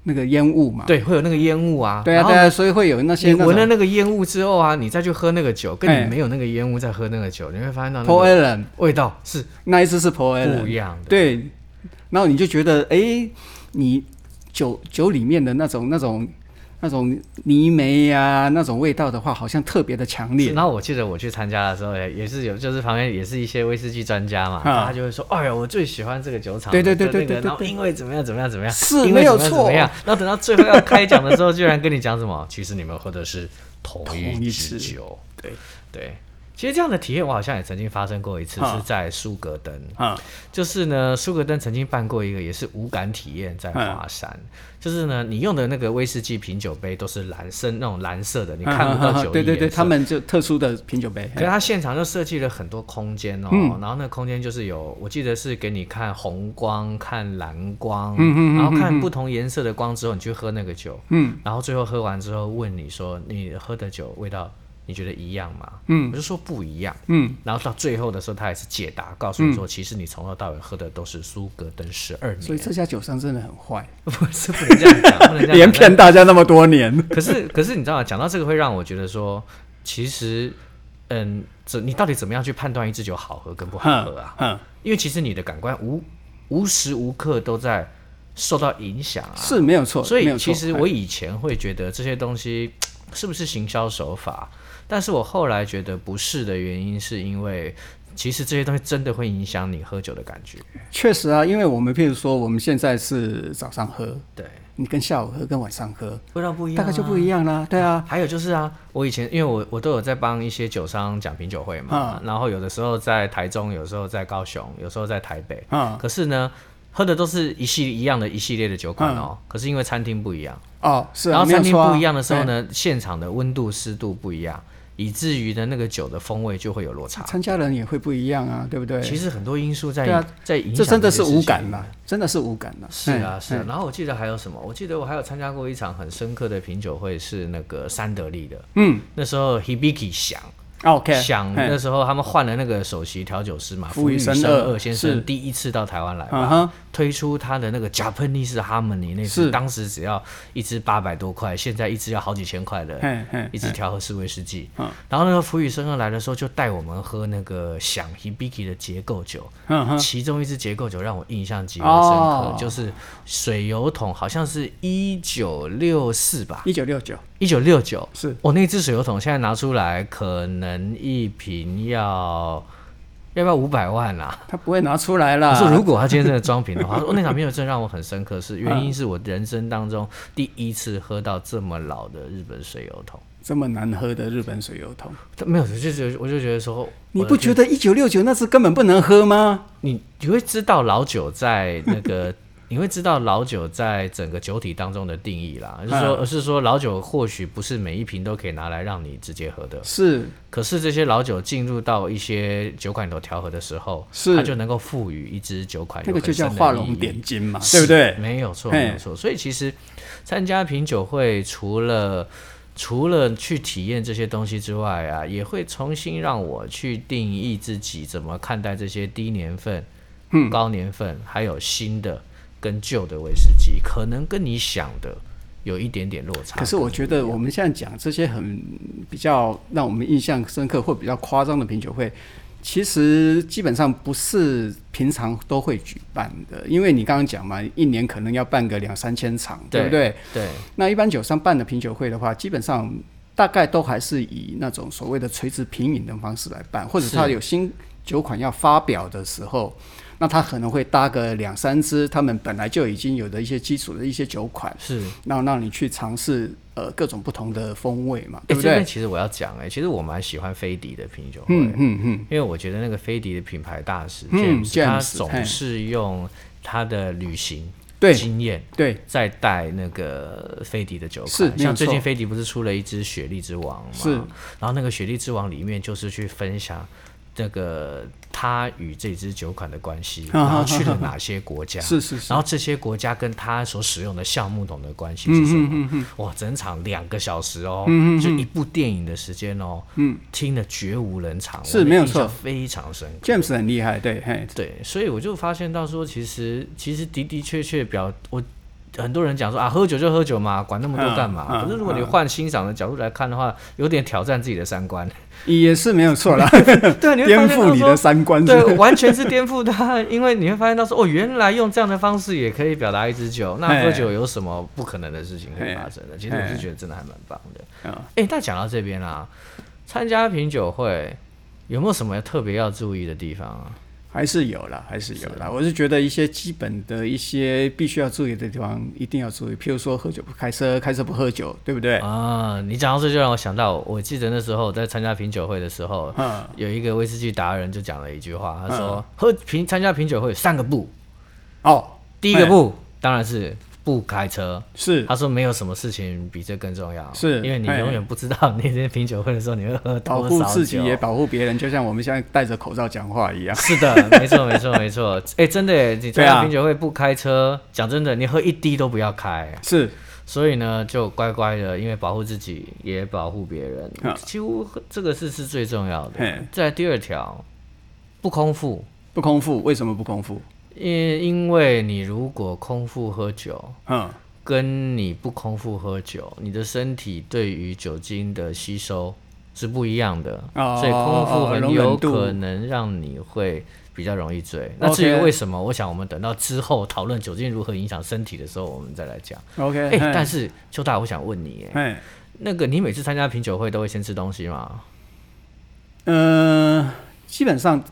[SPEAKER 2] 那个烟雾嘛？
[SPEAKER 1] 对，会有那个烟雾啊，
[SPEAKER 2] 对啊，
[SPEAKER 1] 然后
[SPEAKER 2] 对啊，所以会有那些
[SPEAKER 1] 你
[SPEAKER 2] 那
[SPEAKER 1] 闻了
[SPEAKER 2] 种
[SPEAKER 1] 那个烟雾之后啊，你再去喝那个酒，跟
[SPEAKER 2] 哎
[SPEAKER 1] 你没有那个烟雾再喝那个酒，你会发现到
[SPEAKER 2] p o
[SPEAKER 1] 那
[SPEAKER 2] e
[SPEAKER 1] 个
[SPEAKER 2] l l e n
[SPEAKER 1] 味道是
[SPEAKER 2] 那一次是 p o e l l e
[SPEAKER 1] 不
[SPEAKER 2] n
[SPEAKER 1] 一样的。
[SPEAKER 2] 对，然后你就觉得，诶，你酒酒里面的那种那种那种泥煤呀、那种味道的话，好像特别的强
[SPEAKER 1] 是
[SPEAKER 2] 烈。
[SPEAKER 1] 然后我记得我去参加的时候，也也是有，就是旁边也是一些威士忌专家嘛，
[SPEAKER 2] 啊
[SPEAKER 1] 他就会说：“哎呀，我最喜欢这个酒厂，
[SPEAKER 2] 对对对
[SPEAKER 1] 就那
[SPEAKER 2] 对对
[SPEAKER 1] 个
[SPEAKER 2] 对
[SPEAKER 1] 然后
[SPEAKER 2] 对
[SPEAKER 1] 因为怎么样怎么样怎么样，
[SPEAKER 2] 是
[SPEAKER 1] 因为
[SPEAKER 2] 没有
[SPEAKER 1] 怎么样怎么
[SPEAKER 2] 错
[SPEAKER 1] 样。然后等到最后要开讲的时候，居然跟你讲什么？其实你们喝的是同
[SPEAKER 2] 同
[SPEAKER 1] 一
[SPEAKER 2] 一
[SPEAKER 1] 支
[SPEAKER 2] 支
[SPEAKER 1] 酒。
[SPEAKER 2] 对
[SPEAKER 1] 对，其实这样的体验我好像也曾经发生过一次，
[SPEAKER 2] 啊
[SPEAKER 1] 是在苏格登。
[SPEAKER 2] 啊，
[SPEAKER 1] 就是呢，苏格登曾经办过一个也是无感体验，在华山，就是呢，你用的那个威士忌品酒杯都是蓝深那种蓝色的，你看不到
[SPEAKER 2] 啊啊啊
[SPEAKER 1] 酒、
[SPEAKER 2] 对对对，他。们就特殊的品酒杯。
[SPEAKER 1] 可是他现场就设计了很多空间哦，然后那个空间就是有，我记得是给你看红光、看蓝光，然后看不同颜色的光之后，你去喝那个酒，嗯，然后最后喝完之后问你说你喝的酒味道你觉得一样吗？嗯，我就说不一样，嗯，然后到最后的时候他也是解答，告诉你说其实你从头到尾喝的都是苏格登十二
[SPEAKER 2] 所以
[SPEAKER 1] 年，
[SPEAKER 2] 这家酒商真的很坏，
[SPEAKER 1] (laughs) 不是不能这样讲，不能这样讲
[SPEAKER 2] 连骗大家那么多年。
[SPEAKER 1] 可是， (laughs) 可是你知道吗？讲到这个，会让我觉得说，其实，嗯，这你到底怎么样去判断一支酒好喝跟不好喝啊？
[SPEAKER 2] 嗯，
[SPEAKER 1] 因为其实你的感官无无时无刻都在受到影响啊。
[SPEAKER 2] 是没有错，
[SPEAKER 1] 所
[SPEAKER 2] 没
[SPEAKER 1] 以
[SPEAKER 2] 有
[SPEAKER 1] 其
[SPEAKER 2] 错哎
[SPEAKER 1] 实我以前会觉得这些东西是不是行销手法，但是我后来觉得不是的原因，是因为其实这些东西真的会影响你喝酒的感觉。
[SPEAKER 2] 确实啊，因为我们譬如说，我们现在是早上喝，
[SPEAKER 1] 对，
[SPEAKER 2] 你跟下午喝跟晚上喝，
[SPEAKER 1] 味道不一样、啊
[SPEAKER 2] 大概就不一样啦。对啊，
[SPEAKER 1] 还有就是啊，我以前因为我我都有在帮一些酒商讲品酒会嘛，
[SPEAKER 2] 嗯
[SPEAKER 1] 然后有的时候在台中，有时候在高雄，有时候在台北。
[SPEAKER 2] 嗯，
[SPEAKER 1] 可是呢，喝的都是一系一样的一系列的酒款哦，可是因为餐厅不一样，
[SPEAKER 2] 哦，嗯是
[SPEAKER 1] 然
[SPEAKER 2] 啊，
[SPEAKER 1] 后
[SPEAKER 2] 没有
[SPEAKER 1] 餐厅
[SPEAKER 2] 错啊
[SPEAKER 1] 不一样的时候，呢，现场的温度湿度不一样，以至于呢那个酒的风味就会有落
[SPEAKER 2] 对
[SPEAKER 1] 差。
[SPEAKER 2] 参加人也会不一样啊，对不对？
[SPEAKER 1] 其实很多因素在、
[SPEAKER 2] 对啊
[SPEAKER 1] 在影响，
[SPEAKER 2] 这真的是无感啦，真的是无感啦。
[SPEAKER 1] 是啊，
[SPEAKER 2] 嗯
[SPEAKER 1] 是啊。然后我记得还有什么？我记得我还有参加过一场很深刻的品酒会，是那个三得利的。嗯，那时候 Hibiki 响，
[SPEAKER 2] 啊 OK，
[SPEAKER 1] 想
[SPEAKER 2] 嗯
[SPEAKER 1] 那时候他们换了那个首席调酒师嘛，
[SPEAKER 2] 福
[SPEAKER 1] 福
[SPEAKER 2] 宇
[SPEAKER 1] 宇
[SPEAKER 2] 生
[SPEAKER 1] 生
[SPEAKER 2] 二
[SPEAKER 1] 二先生
[SPEAKER 2] 是
[SPEAKER 1] 第一次到台湾来
[SPEAKER 2] 嗯
[SPEAKER 1] 吧，
[SPEAKER 2] 哼，
[SPEAKER 1] 推出他的那个 Japanese Harmony 那支，
[SPEAKER 2] 是
[SPEAKER 1] 当时只要一支八百多块，现在一支要好几千块的
[SPEAKER 2] 嘿嘿
[SPEAKER 1] 一支调和式威士忌
[SPEAKER 2] 嗯。
[SPEAKER 1] 然后那个福宇生二来的时候，就带我们喝那个响 Hibiki 的结构酒，
[SPEAKER 2] 嗯哼，
[SPEAKER 1] 其中一支结构酒让我印象极为深刻
[SPEAKER 2] 哦，
[SPEAKER 1] 就是水油桶，好像是一九六四吧，
[SPEAKER 2] 一九六九
[SPEAKER 1] 一九六九。
[SPEAKER 2] 是
[SPEAKER 1] 我、哦那只水油桶现在拿出来，可能一瓶要要不要五百万啦、
[SPEAKER 2] 他不会拿出来啦。
[SPEAKER 1] 我说如果他今天真的装瓶的话，我那场啤酒真的让我很深刻，是原因是我人生当中第一次喝到这么老的日本水油桶。
[SPEAKER 2] 这么难喝的日本水油桶，
[SPEAKER 1] 但没有，我就觉得我就觉得说，
[SPEAKER 2] 你
[SPEAKER 1] 我
[SPEAKER 2] 不觉得一九六九那是根本不能喝吗？
[SPEAKER 1] 你你会知道老酒在那个。你会知道老酒在整个酒体当中的定义啦，就是说，而是说老酒或许不是每一瓶都可以拿来让你直接喝的，
[SPEAKER 2] 是
[SPEAKER 1] 可是这些老酒进入到一些酒款里头调和的时候，
[SPEAKER 2] 是
[SPEAKER 1] 它就能够赋予一支酒款
[SPEAKER 2] 那个
[SPEAKER 1] 啊有
[SPEAKER 2] 就
[SPEAKER 1] 很
[SPEAKER 2] 叫
[SPEAKER 1] 深的
[SPEAKER 2] 画
[SPEAKER 1] 意
[SPEAKER 2] 龙
[SPEAKER 1] 义
[SPEAKER 2] 点睛嘛，
[SPEAKER 1] 是
[SPEAKER 2] 对不对？
[SPEAKER 1] 没有错，
[SPEAKER 2] 嘿
[SPEAKER 1] 没有错。所以其实参加品酒会，除了除了去体验这些东西之外啊，也会重新让我去定义自己怎么看待这些低年份、
[SPEAKER 2] 嗯
[SPEAKER 1] 高年份，还有新的跟旧的威士忌，可能跟你想的有一点点落差。
[SPEAKER 2] 可是我觉得我们现在讲这些很比较让我们印象深刻或比较夸张的品酒会，其实基本上不是平常都会举办的，因为你刚刚讲嘛，一年可能要办个两三千场，对不对？
[SPEAKER 1] 对，
[SPEAKER 2] 那一般酒商办的品酒会的话，基本上大概都还是以那种所谓的垂直品饮的方式来办，或者
[SPEAKER 1] 是
[SPEAKER 2] 他有新酒款要发表的时候。那他可能会搭个两三支，他们本来就已经有的一些基础的一些酒款，
[SPEAKER 1] 是。
[SPEAKER 2] 让让你去尝试呃各种不同的风味嘛，
[SPEAKER 1] 哎、
[SPEAKER 2] 对不
[SPEAKER 1] 这
[SPEAKER 2] 对
[SPEAKER 1] 边？其实我要讲，哎，其实我蛮喜欢飞迪的品酒会，
[SPEAKER 2] 嗯嗯嗯，
[SPEAKER 1] 因为我觉得那个飞迪的品牌大使
[SPEAKER 2] 嗯
[SPEAKER 1] James，他
[SPEAKER 2] James，嘿
[SPEAKER 1] 总是用他的旅行
[SPEAKER 2] 对
[SPEAKER 1] 经验
[SPEAKER 2] 对，
[SPEAKER 1] 再带那个飞迪的酒
[SPEAKER 2] 是
[SPEAKER 1] 款。
[SPEAKER 2] 没有
[SPEAKER 1] 像最近
[SPEAKER 2] 错
[SPEAKER 1] 飞迪不是出了一支雪莉之王嘛？
[SPEAKER 2] 是
[SPEAKER 1] 然后那个雪莉之王里面就是去分享。那个他与这支酒款的关系，
[SPEAKER 2] 啊
[SPEAKER 1] 然后
[SPEAKER 2] 啊
[SPEAKER 1] 去了
[SPEAKER 2] 啊
[SPEAKER 1] 哪些国家，
[SPEAKER 2] 是是是
[SPEAKER 1] 然，后这些国家跟他所使用的橡木桶的关系
[SPEAKER 2] 嗯
[SPEAKER 1] 是什么？哇，整场两个小时哦，就一部电影的时间哦，嗯，听得绝无人场，
[SPEAKER 2] 是
[SPEAKER 1] 我的
[SPEAKER 2] 没有
[SPEAKER 1] 印象
[SPEAKER 2] 错
[SPEAKER 1] 非常深刻。
[SPEAKER 2] James 很厉害，对，嘿，
[SPEAKER 1] 对，所以我就发现到说，其实其实的的确确表我。很多人讲说啊，喝酒就喝酒嘛，管那么多
[SPEAKER 2] 嗯
[SPEAKER 1] 干嘛？
[SPEAKER 2] 嗯
[SPEAKER 1] 可是如果你
[SPEAKER 2] 嗯
[SPEAKER 1] 换欣赏的角度来看的话，有点挑战自己的三观。
[SPEAKER 2] (laughs) 也是没有错啦，
[SPEAKER 1] 对啊， (laughs) 你会发
[SPEAKER 2] 颠
[SPEAKER 1] 现到
[SPEAKER 2] 覆你
[SPEAKER 1] 说
[SPEAKER 2] 的三
[SPEAKER 1] (laughs)
[SPEAKER 2] 观是
[SPEAKER 1] 对
[SPEAKER 2] 不是，，
[SPEAKER 1] 完全是颠覆它， (laughs) 因为你会发现到说，哦，原来用这样的方式也可以表达一支酒，那
[SPEAKER 2] 嘿
[SPEAKER 1] 喝酒有什么不可能的事情可以发生的？其实我是觉得真的还蛮棒的。
[SPEAKER 2] 啊
[SPEAKER 1] 哎、那讲到这边啊，参加品酒会有没有什么特别要注意的地方啊？
[SPEAKER 2] 还是有啦，还是有啦。我是觉得一些基本的一些必须要注意的地方，一定要注意。譬如说，喝酒不开车，开车不喝酒，对不对？
[SPEAKER 1] 啊，你讲到这就让我想到，我记得那时候我在参加品酒会的时候，
[SPEAKER 2] 嗯
[SPEAKER 1] 有一个威士忌达人就讲了一句话，他说、喝品参加品酒会有三个不，
[SPEAKER 2] 哦，
[SPEAKER 1] 第一个
[SPEAKER 2] 哎
[SPEAKER 1] 不当然是不开车，
[SPEAKER 2] 是
[SPEAKER 1] 他说没有什么事情比这更重要，
[SPEAKER 2] 是
[SPEAKER 1] 因为你
[SPEAKER 2] 嘿
[SPEAKER 1] 永远不知道你在品酒会的时候你会喝
[SPEAKER 2] 保
[SPEAKER 1] 多
[SPEAKER 2] 护
[SPEAKER 1] 少
[SPEAKER 2] 自己
[SPEAKER 1] 酒
[SPEAKER 2] 也保护别人，就像我们现在戴着口罩讲话一样。
[SPEAKER 1] 是的，没错，没错，没错。 (laughs) 哎、真的耶，你参
[SPEAKER 2] 对
[SPEAKER 1] 加
[SPEAKER 2] 啊
[SPEAKER 1] 品酒会不开车，讲真的，你喝一滴都不要开。
[SPEAKER 2] 是，
[SPEAKER 1] 所以呢，就乖乖的，因为保护自己也保护别人
[SPEAKER 2] 啊，
[SPEAKER 1] 几乎喝这个是是最重要的
[SPEAKER 2] 嘿。
[SPEAKER 1] 再来第二条，不空腹，
[SPEAKER 2] 不空腹，为什么不空腹？
[SPEAKER 1] 因因为你如果空腹喝酒，
[SPEAKER 2] 嗯，
[SPEAKER 1] 跟你不空腹喝酒，你的身体对于酒精的吸收是不一样的，
[SPEAKER 2] 哦
[SPEAKER 1] 所以空腹很有
[SPEAKER 2] 容
[SPEAKER 1] 可
[SPEAKER 2] 忍
[SPEAKER 1] 能让你会比较容易醉。那至于
[SPEAKER 2] 哦 OK
[SPEAKER 1] 为什么，我想我们等到之后讨论酒精如何影响身体的时候，我们再来讲。
[SPEAKER 2] OK，
[SPEAKER 1] 哎、
[SPEAKER 2] 嘿
[SPEAKER 1] 但是邱大，我想问你，哎，
[SPEAKER 2] 哎，
[SPEAKER 1] 那个你每次参加品酒会都会先吃东西吗？
[SPEAKER 2] 呃，基本上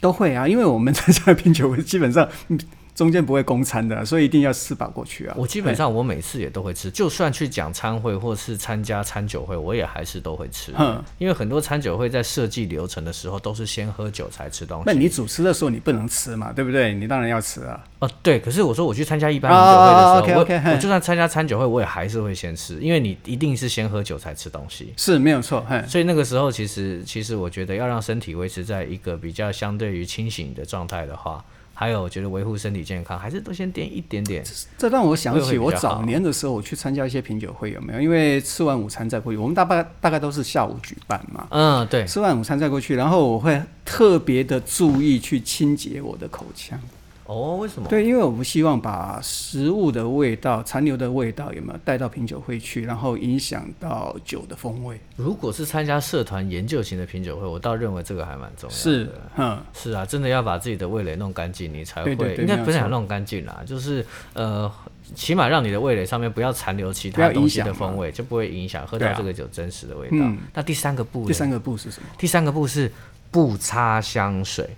[SPEAKER 2] 都会啊，因为我们参加品酒会，基本上嗯中间不会供餐的，所以一定要吃饱过去啊。
[SPEAKER 1] 我基本上我每次也都会吃，就算去讲餐会或是参加餐酒会，我也还是都会吃
[SPEAKER 2] 嗯，
[SPEAKER 1] 因为很多餐酒会在设计流程的时候都是先喝酒才吃东西。
[SPEAKER 2] 那你主持的时候你不能吃嘛，对不对？你当然要吃啊。
[SPEAKER 1] 哦，对，可是我说我去参加一般饮酒会的时候，
[SPEAKER 2] 哦，OK，OK，
[SPEAKER 1] 我我
[SPEAKER 2] 嘿
[SPEAKER 1] 就算参加餐酒会，我也还是会先吃，因为你一定是先喝酒才吃东西，
[SPEAKER 2] 是没有错，嘿，
[SPEAKER 1] 所以那个时候其实其实我觉得要让身体维持在一个比较相对于清醒的状态的话，还有我觉得维护身体健康，还是都先垫一点点。
[SPEAKER 2] 这让我想
[SPEAKER 1] 会会
[SPEAKER 2] 起
[SPEAKER 1] 比
[SPEAKER 2] 我
[SPEAKER 1] 较好
[SPEAKER 2] 早年的时候，我去参加一些品酒会，有没有？因为吃完午餐再过去，我们大概大概都是下午举办嘛。
[SPEAKER 1] 嗯，对，
[SPEAKER 2] 吃完午餐再过去，然后我会特别的注意去清洁我的口腔。
[SPEAKER 1] 哦，为什么？
[SPEAKER 2] 对，因为我们希望把食物的味道、残留的味道有没有带到品酒会去，然后影响到酒的风味。
[SPEAKER 1] 如果是参加社团研究型的品酒会，我倒认为这个还蛮重要的。
[SPEAKER 2] 是，嗯，
[SPEAKER 1] 是啊，真的要把自己的味蕾弄干净，你才会
[SPEAKER 2] 对对对
[SPEAKER 1] 应该
[SPEAKER 2] 没有
[SPEAKER 1] 不是想
[SPEAKER 2] 错
[SPEAKER 1] 弄干净啦，就是呃，起码让你的味蕾上面不要残留其
[SPEAKER 2] 不
[SPEAKER 1] 他
[SPEAKER 2] 要影
[SPEAKER 1] 东西
[SPEAKER 2] 响
[SPEAKER 1] 的
[SPEAKER 2] 嘛
[SPEAKER 1] 风味，就不会影响喝
[SPEAKER 2] 对
[SPEAKER 1] 到
[SPEAKER 2] 啊
[SPEAKER 1] 这个酒真实的味道。
[SPEAKER 2] 嗯
[SPEAKER 1] 那第三个步，
[SPEAKER 2] 第三，个步是什么？
[SPEAKER 1] 第三个步是不擦香水。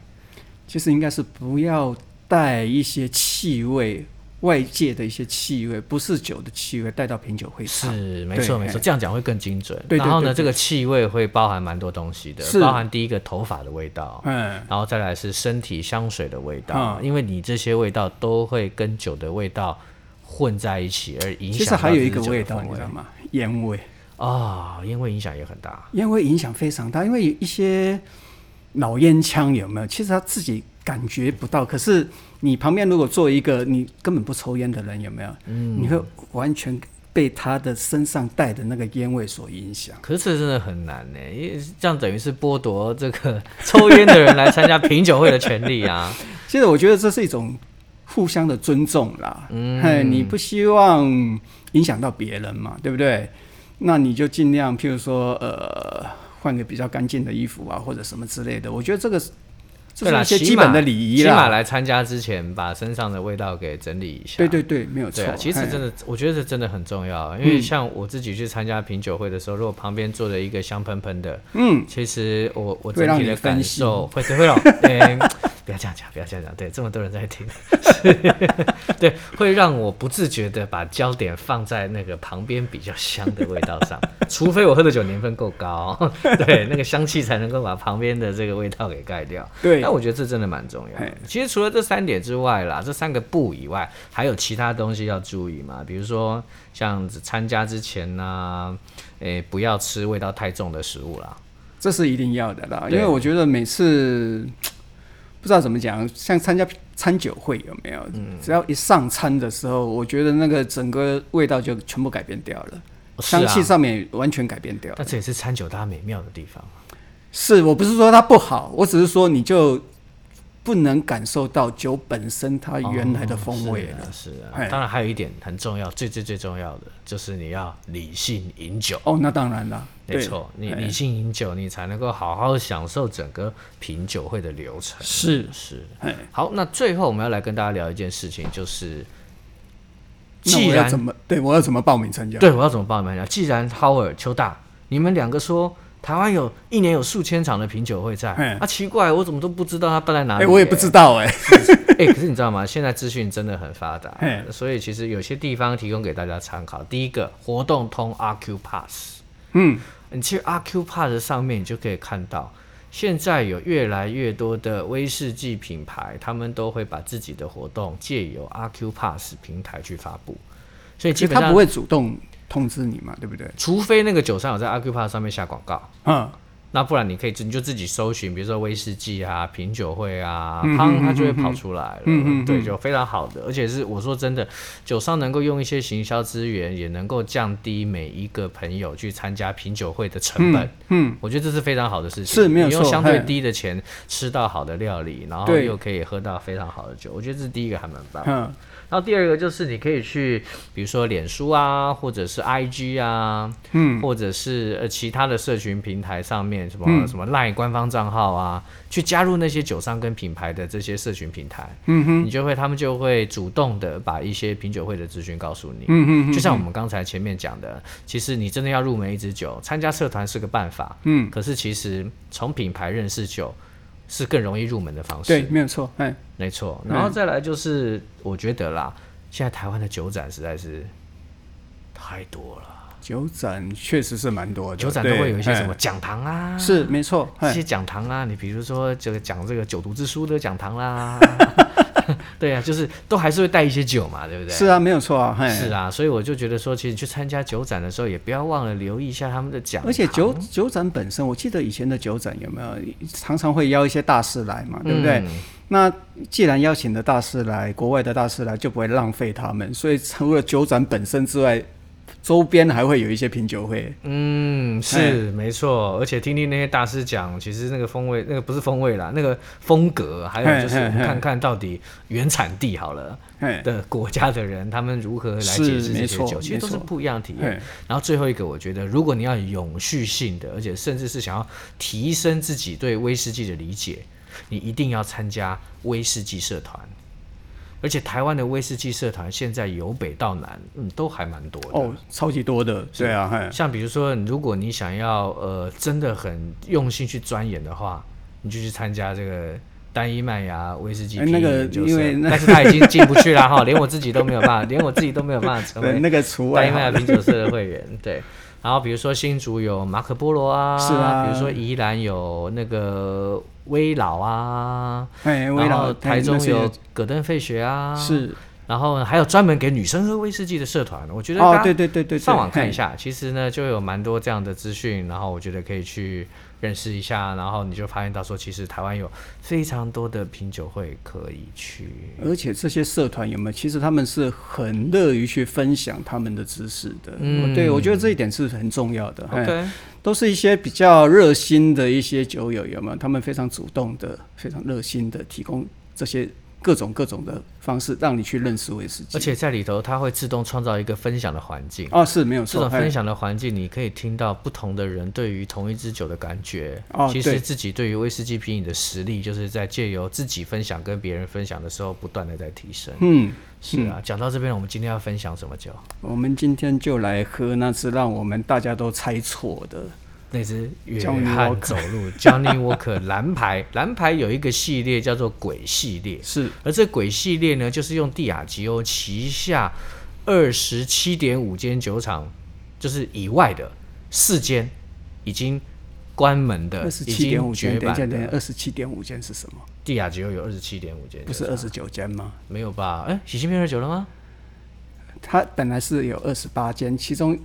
[SPEAKER 2] 其实应该是不要带一些气味，外界的一些气味，不是酒的气味，带到品酒会上。
[SPEAKER 1] 是，没错
[SPEAKER 2] 啊对
[SPEAKER 1] 没错，
[SPEAKER 2] 嘿
[SPEAKER 1] 这样讲会更精准。
[SPEAKER 2] 对对
[SPEAKER 1] 然后呢，
[SPEAKER 2] 对对
[SPEAKER 1] 这个气味会包含蛮多东西的，
[SPEAKER 2] 是
[SPEAKER 1] 包含第一个头发的味道，
[SPEAKER 2] 嗯，
[SPEAKER 1] 然后再来是身体香水的味
[SPEAKER 2] 啊
[SPEAKER 1] 道，因为你这些味道都会跟酒的味道混在一起，而影响。
[SPEAKER 2] 其实还有一个味道，你知道吗？烟味，
[SPEAKER 1] 啊、因为影响也很大。
[SPEAKER 2] 烟味影响非常大，因为有一些老烟枪有没有？其实他自己感觉不到，可是你旁边如果坐一个你根本不抽烟的人，有没有？嗯，你会完全被他的身上带的那个烟味所影响。
[SPEAKER 1] 可是这真的很难呢，因为这样等于是剥夺这
[SPEAKER 2] (laughs)
[SPEAKER 1] 个抽烟的人来参加品酒会的权利啊。
[SPEAKER 2] 其实我觉得这是一种互相的尊重啦。嗯，你不希望影响到别人嘛，对不对？那你就尽量，譬如说，呃，换个比较干净的衣服啊，或者什么之类的。我觉得这个是这
[SPEAKER 1] 对啦
[SPEAKER 2] 是一些
[SPEAKER 1] 起
[SPEAKER 2] 基本
[SPEAKER 1] 码
[SPEAKER 2] 的礼仪
[SPEAKER 1] 起码
[SPEAKER 2] 啦。
[SPEAKER 1] 来参加之前，把身上的味道给整理一下。
[SPEAKER 2] 对对对，没有错哎嗯
[SPEAKER 1] 对。啊，其实
[SPEAKER 2] 嘿
[SPEAKER 1] 真的，我觉得这真的很重要，因为像我自己去参加品酒会的时候，如果旁边坐着一个香喷喷的，嗯，其实我我整
[SPEAKER 2] 会让
[SPEAKER 1] 体
[SPEAKER 2] 你
[SPEAKER 1] 的
[SPEAKER 2] 分
[SPEAKER 1] 感
[SPEAKER 2] 心
[SPEAKER 1] 受会会
[SPEAKER 2] (laughs)
[SPEAKER 1] 让，嗯，不要这样讲，不要这样讲，对，这么多人在听， (laughs) 对，会让我不自觉的把焦点放在那个旁边比较香的味道
[SPEAKER 2] (laughs)
[SPEAKER 1] 上，除非我喝的酒年份够高， (laughs) 对，那个香气才能够把旁边的这个味道给盖掉。
[SPEAKER 2] 对
[SPEAKER 1] 那我觉得这真的蛮重要的
[SPEAKER 2] 嘿。
[SPEAKER 1] 其实除了这三点之外啦，这三个不以外，还有其他东西要注意嘛？比如说啊像参加之前呢、诶、不要吃味道太重的食物啦。
[SPEAKER 2] 这是一定要的啦。因
[SPEAKER 1] 对
[SPEAKER 2] 为我觉得每次不知道怎么讲，像参加餐酒会有没有？
[SPEAKER 1] 嗯
[SPEAKER 2] 只要一上餐的时候，我觉得那个整个味道就全部改变掉了，
[SPEAKER 1] 哦是
[SPEAKER 2] 香
[SPEAKER 1] 啊
[SPEAKER 2] 气，上面完全改变掉了
[SPEAKER 1] 但。这也是餐酒搭美妙的地方。啊
[SPEAKER 2] 是我不是说它不好，我只是说你就不能感受到酒本身它原来的风味了。
[SPEAKER 1] 哦是啊，是
[SPEAKER 2] 嘿
[SPEAKER 1] 啊。当然还有一点很重要，最最最重要的就是你要理性饮酒。
[SPEAKER 2] 哦，那当然啦，
[SPEAKER 1] 没
[SPEAKER 2] 对
[SPEAKER 1] 错，你
[SPEAKER 2] 嘿
[SPEAKER 1] 理性饮酒，你才能够好好享受整个品酒会的流程。
[SPEAKER 2] 是
[SPEAKER 1] 是
[SPEAKER 2] 嘿，
[SPEAKER 1] 好，那最后我们要来跟大家聊一件事情，就是
[SPEAKER 2] 那
[SPEAKER 1] 既
[SPEAKER 2] 我要
[SPEAKER 1] 然
[SPEAKER 2] 怎么对我要怎么报名参加？
[SPEAKER 1] 对我要怎么帮你们聊？既然 Howard 邱大，你们两个说台湾有一年有数千场的品酒会在，
[SPEAKER 2] 嗯
[SPEAKER 1] 啊，奇怪，我怎么都不知道它办在哪
[SPEAKER 2] 哎、
[SPEAKER 1] 里、
[SPEAKER 2] 我也不知道哎、 (laughs)
[SPEAKER 1] 哎、可是你知道吗？现在资讯真的很发达
[SPEAKER 2] 嘿，
[SPEAKER 1] 所以其实有些地方提供给大家参考。第一个活动通 RQ Pass，
[SPEAKER 2] 嗯，
[SPEAKER 1] 你去 RQ Pass 上面，你就可以看到，现在有越来越多的威士忌品牌，他们都会把自己的活动借由 RQ Pass 平台去发布，所欸以基
[SPEAKER 2] 其实
[SPEAKER 1] 本
[SPEAKER 2] 他
[SPEAKER 1] 上
[SPEAKER 2] 不，会主动通知你嘛，对不对？
[SPEAKER 1] 除非那个酒商有在 RQ Pass 上面下广告，
[SPEAKER 2] 嗯，
[SPEAKER 1] 那不然你可以自你就自己搜寻，比如说威士忌啊、品酒会啊，
[SPEAKER 2] 嗯
[SPEAKER 1] 砰，它就会跑出来了。对，就非常好的，而且是我说真的，酒商能够用一些行销资源，也能够降低每一个朋友去参加品酒会的成本。嗯，我觉得这是非常好的事情，
[SPEAKER 2] 是没有
[SPEAKER 1] 你用
[SPEAKER 2] 错
[SPEAKER 1] 相对
[SPEAKER 2] 嘿
[SPEAKER 1] 低的钱吃到好的料理，然后
[SPEAKER 2] 对
[SPEAKER 1] 又可以喝到非常好的酒，我觉得这是第一个还蛮棒的。
[SPEAKER 2] 嗯，
[SPEAKER 1] 然后第二个就是你可以去，比如说脸书啊，或者是 IG 啊，嗯，或者是呃其他的社群平台上面什么、什么 LINE 官方账号啊，去加入那些酒商跟品牌的这些社群平台，嗯哼，你就会他们就会主动的把一些品酒会的资讯告诉你，嗯哼就像我们刚才前面讲的，其实你真的要入门一支酒，参加社团是个办法，嗯，可是其实从品牌认识酒是更容易入门的方式，
[SPEAKER 2] 对，没有错，哎、
[SPEAKER 1] 没错，然后再来就是，我觉得啦，现在台湾的酒展实在是太多了，
[SPEAKER 2] 酒展确实是蛮多的，
[SPEAKER 1] 酒展都
[SPEAKER 2] 对
[SPEAKER 1] 会有一些什么
[SPEAKER 2] 哎
[SPEAKER 1] 讲堂啊，
[SPEAKER 2] 是没错，
[SPEAKER 1] 这
[SPEAKER 2] 哎、
[SPEAKER 1] 些讲堂啊，你比如说这个讲这个九读之书的讲堂啦， (laughs) 对啊，就是都还是会带一些酒嘛，对不对？
[SPEAKER 2] 是啊，没有错啊，哎、
[SPEAKER 1] 是啊，所以我就觉得说，其实你去参加酒展的时候，也不要忘了留意一下他们的讲堂，啊
[SPEAKER 2] 而且酒酒展本身，我记得以前的酒展有没有常常会邀一些大师来嘛，对不
[SPEAKER 1] 嗯
[SPEAKER 2] 对？那既然邀请的大师来，国外的大师来，就不会浪费他们。所以除了酒展本身之外，周边还会有一些品酒会。
[SPEAKER 1] 嗯，
[SPEAKER 2] 哎
[SPEAKER 1] 是没错，而且听听那些大师讲，其实那个风味，那个不是风味啦，那个风格，还有就是
[SPEAKER 2] 嘿
[SPEAKER 1] 我
[SPEAKER 2] 嘿
[SPEAKER 1] 们看看到底原产地好了
[SPEAKER 2] 嘿，
[SPEAKER 1] 的国家的人，他们如何来
[SPEAKER 2] 是
[SPEAKER 1] 解释这些
[SPEAKER 2] 没错
[SPEAKER 1] 酒，其实
[SPEAKER 2] 没
[SPEAKER 1] 都是
[SPEAKER 2] 错
[SPEAKER 1] 不一样的体验
[SPEAKER 2] 嘿。
[SPEAKER 1] 然后最后一个，我觉得如果你要永续性的，而且甚至是想要提升自己对威士忌的理解，你一定要参加威士忌社团。而且台湾的威士忌社团现在由北到南，嗯，都还蛮多的。
[SPEAKER 2] 哦，超级多的，对啊，嘿，
[SPEAKER 1] 像比如说，如果你想要呃真的很用心去钻研的话，你就去参加这个单一麦芽威士忌
[SPEAKER 2] 哎
[SPEAKER 1] PE
[SPEAKER 2] 那个
[SPEAKER 1] 研究
[SPEAKER 2] 因为
[SPEAKER 1] 社
[SPEAKER 2] 那
[SPEAKER 1] 但是他已经进不去了哈，连我自己都没有办法，连 (laughs) 我自己都没有办法成
[SPEAKER 2] 对，
[SPEAKER 1] 为
[SPEAKER 2] 那个除
[SPEAKER 1] (laughs) 单
[SPEAKER 2] 外
[SPEAKER 1] 一麦
[SPEAKER 2] 好
[SPEAKER 1] 芽
[SPEAKER 2] 了。
[SPEAKER 1] 品酒社的会员。对，然后比如说新竹有马可波罗啊，
[SPEAKER 2] 是啊
[SPEAKER 1] 比如说宜兰有那个威老啊，
[SPEAKER 2] 哎，围
[SPEAKER 1] 然
[SPEAKER 2] 绕
[SPEAKER 1] 后台中有
[SPEAKER 2] 哎
[SPEAKER 1] 葛登费学啊，
[SPEAKER 2] 那些，是
[SPEAKER 1] 然后还有专门给女生喝威士忌的社团，我觉得大
[SPEAKER 2] 哦
[SPEAKER 1] 家，
[SPEAKER 2] 对对对对，对
[SPEAKER 1] 上网看一，下，其实呢就有蛮多这样的资讯，然后我觉得可以去认识一下，然后你就发现到说，其实台湾有非常多的品酒会可以去。
[SPEAKER 2] 嘿而且这些社团有没有？其实他们是很乐于去分享他们的知识的。
[SPEAKER 1] 嗯
[SPEAKER 2] 我对我觉得这一点是很重要的。嘿
[SPEAKER 1] OK，
[SPEAKER 2] 都是一些比较热心的一些酒友，有没有？他们非常主动的、非常热心的提供这些各种各种的方式，让你去认识威士忌。
[SPEAKER 1] 而且在里头它会自动创造一个分享的环境。
[SPEAKER 2] 哦，是没有
[SPEAKER 1] 这
[SPEAKER 2] 错
[SPEAKER 1] 种，分享的环境，你可以听到不同的人对于同一支酒的感觉。
[SPEAKER 2] 哦
[SPEAKER 1] 其实
[SPEAKER 2] 对
[SPEAKER 1] 自己对于威士忌品饮的实力，就是在借由自己分享跟别人分享的时候，不断的在提升
[SPEAKER 2] 哎。嗯，
[SPEAKER 1] 是啊，讲到这边，我们今天要分享什么酒？
[SPEAKER 2] 我们今天就来喝那支让我们大家都猜错的，
[SPEAKER 1] 那只约
[SPEAKER 2] Johnny
[SPEAKER 1] 翰走路 Johnny Walker 蓝牌， (laughs) 蓝牌有一个系列叫做鬼系列，
[SPEAKER 2] 是
[SPEAKER 1] 而这鬼系列呢，就是用蒂亚吉欧旗下二十七点五间酒厂，就是以外的四间已经关门的，
[SPEAKER 2] 二
[SPEAKER 1] 已
[SPEAKER 2] 十七点
[SPEAKER 1] 经
[SPEAKER 2] 五
[SPEAKER 1] 绝
[SPEAKER 2] 间。等一
[SPEAKER 1] 版
[SPEAKER 2] 下，等一下，
[SPEAKER 1] 的。
[SPEAKER 2] 二十七点五间是什么？
[SPEAKER 1] 蒂亚吉欧有二十七点五间，
[SPEAKER 2] 不是二十九间吗？
[SPEAKER 1] 没有吧？哎，已经变二十九了吗？
[SPEAKER 2] 它本来是有二十八间，其中啊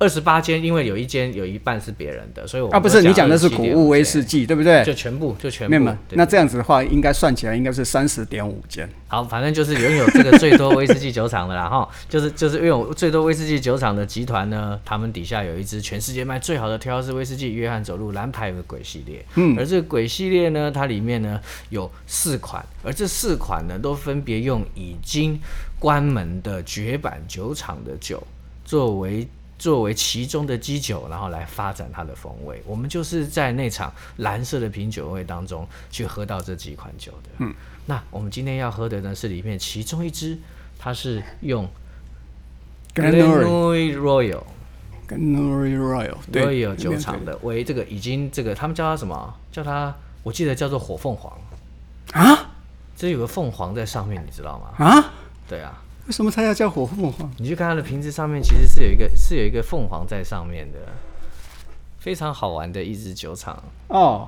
[SPEAKER 1] 二十八间，因为有一间有一半是别人的，所以我
[SPEAKER 2] 啊，不是你讲的是谷
[SPEAKER 1] 古
[SPEAKER 2] 物威士，忌，对不对？
[SPEAKER 1] 就全部就全部。
[SPEAKER 2] 那么，
[SPEAKER 1] 对
[SPEAKER 2] 那这样子的话，应该算起来应该是三十点五间。
[SPEAKER 1] 好，反正就是拥有这个最多威士忌酒厂的啦， (laughs) 哈，就是就是拥有最多威士忌酒厂的集团呢，他们底下有一支全世界卖最好的调制威士忌——约翰走路蓝牌有个鬼系列，嗯，而这个鬼系列呢，它里面呢有四款，而这四款呢都分别用已经关门的绝版酒厂的酒作为。作为其中的基酒，然后来发展它的风味。我们就是在那场蓝色的品酒会当中去喝到这几款酒的。嗯，那我们今天要喝的呢是里面其中一支，它是用
[SPEAKER 2] Glenroy
[SPEAKER 1] Glenroy Royal
[SPEAKER 2] Glenroy Royal 对
[SPEAKER 1] Royal 酒厂的为这个已经这个他们叫它什么？叫它我记得叫做火凤凰，
[SPEAKER 2] 啊
[SPEAKER 1] 这有个凤凰在上面，你知道吗？
[SPEAKER 2] 啊，
[SPEAKER 1] 对啊，
[SPEAKER 2] 为什么它要叫火凤凰？
[SPEAKER 1] 你去看它的瓶子上面其实是有一个是有一个凤凰在上面的，非常好玩的一支酒厂。
[SPEAKER 2] 哦，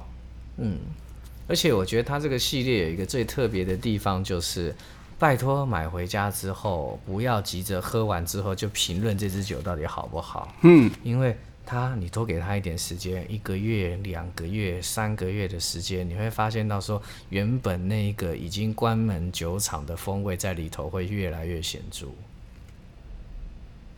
[SPEAKER 1] 而且我觉得它这个系列有一个最特别的地方，就是拜托买回家之后，不要急着喝完之后就评论这支酒到底好不好，
[SPEAKER 2] 嗯，
[SPEAKER 1] 因为它你多给它一点时间，一个月、两个月、三个月的时间，你会发现到说，原本那个已经关门酒厂的风味在里头会越来越显著。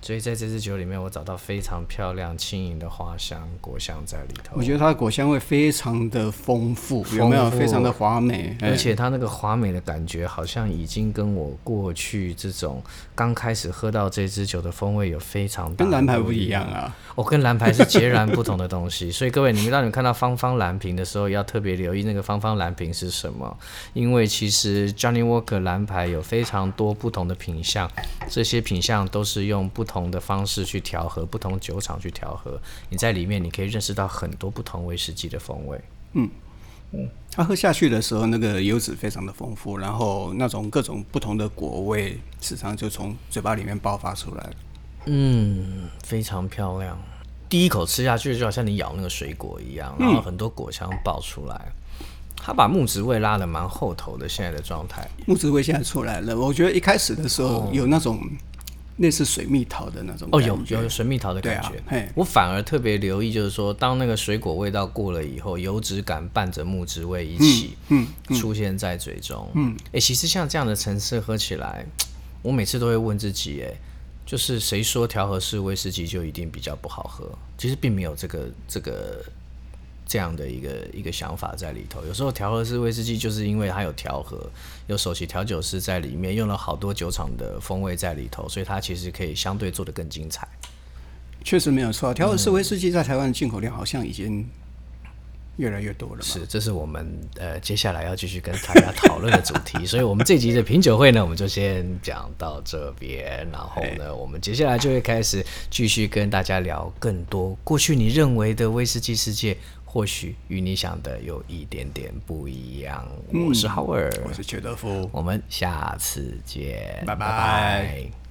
[SPEAKER 1] 所以在这支酒里面，我找到非常漂亮、轻盈的花香、果香在里头。
[SPEAKER 2] 我觉得它的果香味非常的丰富，有没有？
[SPEAKER 1] 丰富
[SPEAKER 2] 非常的华美，哎
[SPEAKER 1] 而且它那个华美的感觉，好像已经跟我过去这种刚开始喝到这支酒的风味有非常大
[SPEAKER 2] 跟
[SPEAKER 1] 的
[SPEAKER 2] 蓝牌
[SPEAKER 1] 不
[SPEAKER 2] 不
[SPEAKER 1] 一
[SPEAKER 2] 一样啊。
[SPEAKER 1] 哦，跟蓝牌是截然不同的东西。 (laughs) 所以各位，你们当你们看到方方蓝瓶的时候，要特别留意那个方方蓝瓶是什么，因为其实 Johnny Walker 蓝牌有非常多不同的品相，这些品相都是用不同的方式去调和，不同酒厂去调和。你在里面，你可以认识到很多不同威士忌的风味。
[SPEAKER 2] 它喝下去的时候，那个油脂非常的丰富，然后那种各种不同的果味，时常就从嘴巴里面爆发出来。
[SPEAKER 1] 嗯，非常漂亮。第一口吃下去就好像你咬那个水果一样，
[SPEAKER 2] 嗯
[SPEAKER 1] 然后很多果香爆出来。它把木质味拉得蛮后头的，现在的状态。
[SPEAKER 2] 木质味现在出来了，我觉得一开始的时候有那种类似水蜜桃的那种
[SPEAKER 1] 哦，
[SPEAKER 2] 感
[SPEAKER 1] 有
[SPEAKER 2] 觉
[SPEAKER 1] 有水蜜桃的感觉
[SPEAKER 2] 对啊。嘿
[SPEAKER 1] 我反而特别留意，就是说，当那个水果味道过了以后，油脂感伴着木质味一起，嗯，出现在嘴中。嗯，哎、其实像这样的层次喝起来，我每次都会问自己，哎，就是谁说调和式威士忌就一定比较不好喝？其实并没有这个这个。这样的一个一个想法在里头，有时候调和式威士忌就是因为它有调和，有首席调酒师在里面，用了好多酒厂的风味在里头，所以它其实可以相对做得更精彩。
[SPEAKER 2] 确实没有错。调和
[SPEAKER 1] 嗯
[SPEAKER 2] 式威士忌在台湾的进口量好像已经越来越多了嘛。
[SPEAKER 1] 是，这是我们呃接下来要继续跟大家讨论的主
[SPEAKER 2] (laughs)
[SPEAKER 1] 题，所以我们这集的品酒会呢，我们就先讲到这边，然后
[SPEAKER 2] 哎
[SPEAKER 1] 呢，我们接下来就会开始继续跟大家聊更多过去你认为的威士忌世界，或许与你想的有一点点不一样。
[SPEAKER 2] 嗯
[SPEAKER 1] 我是浩尔，
[SPEAKER 2] 我是觉得夫。
[SPEAKER 1] 我们下次见，
[SPEAKER 2] 拜拜
[SPEAKER 1] 拜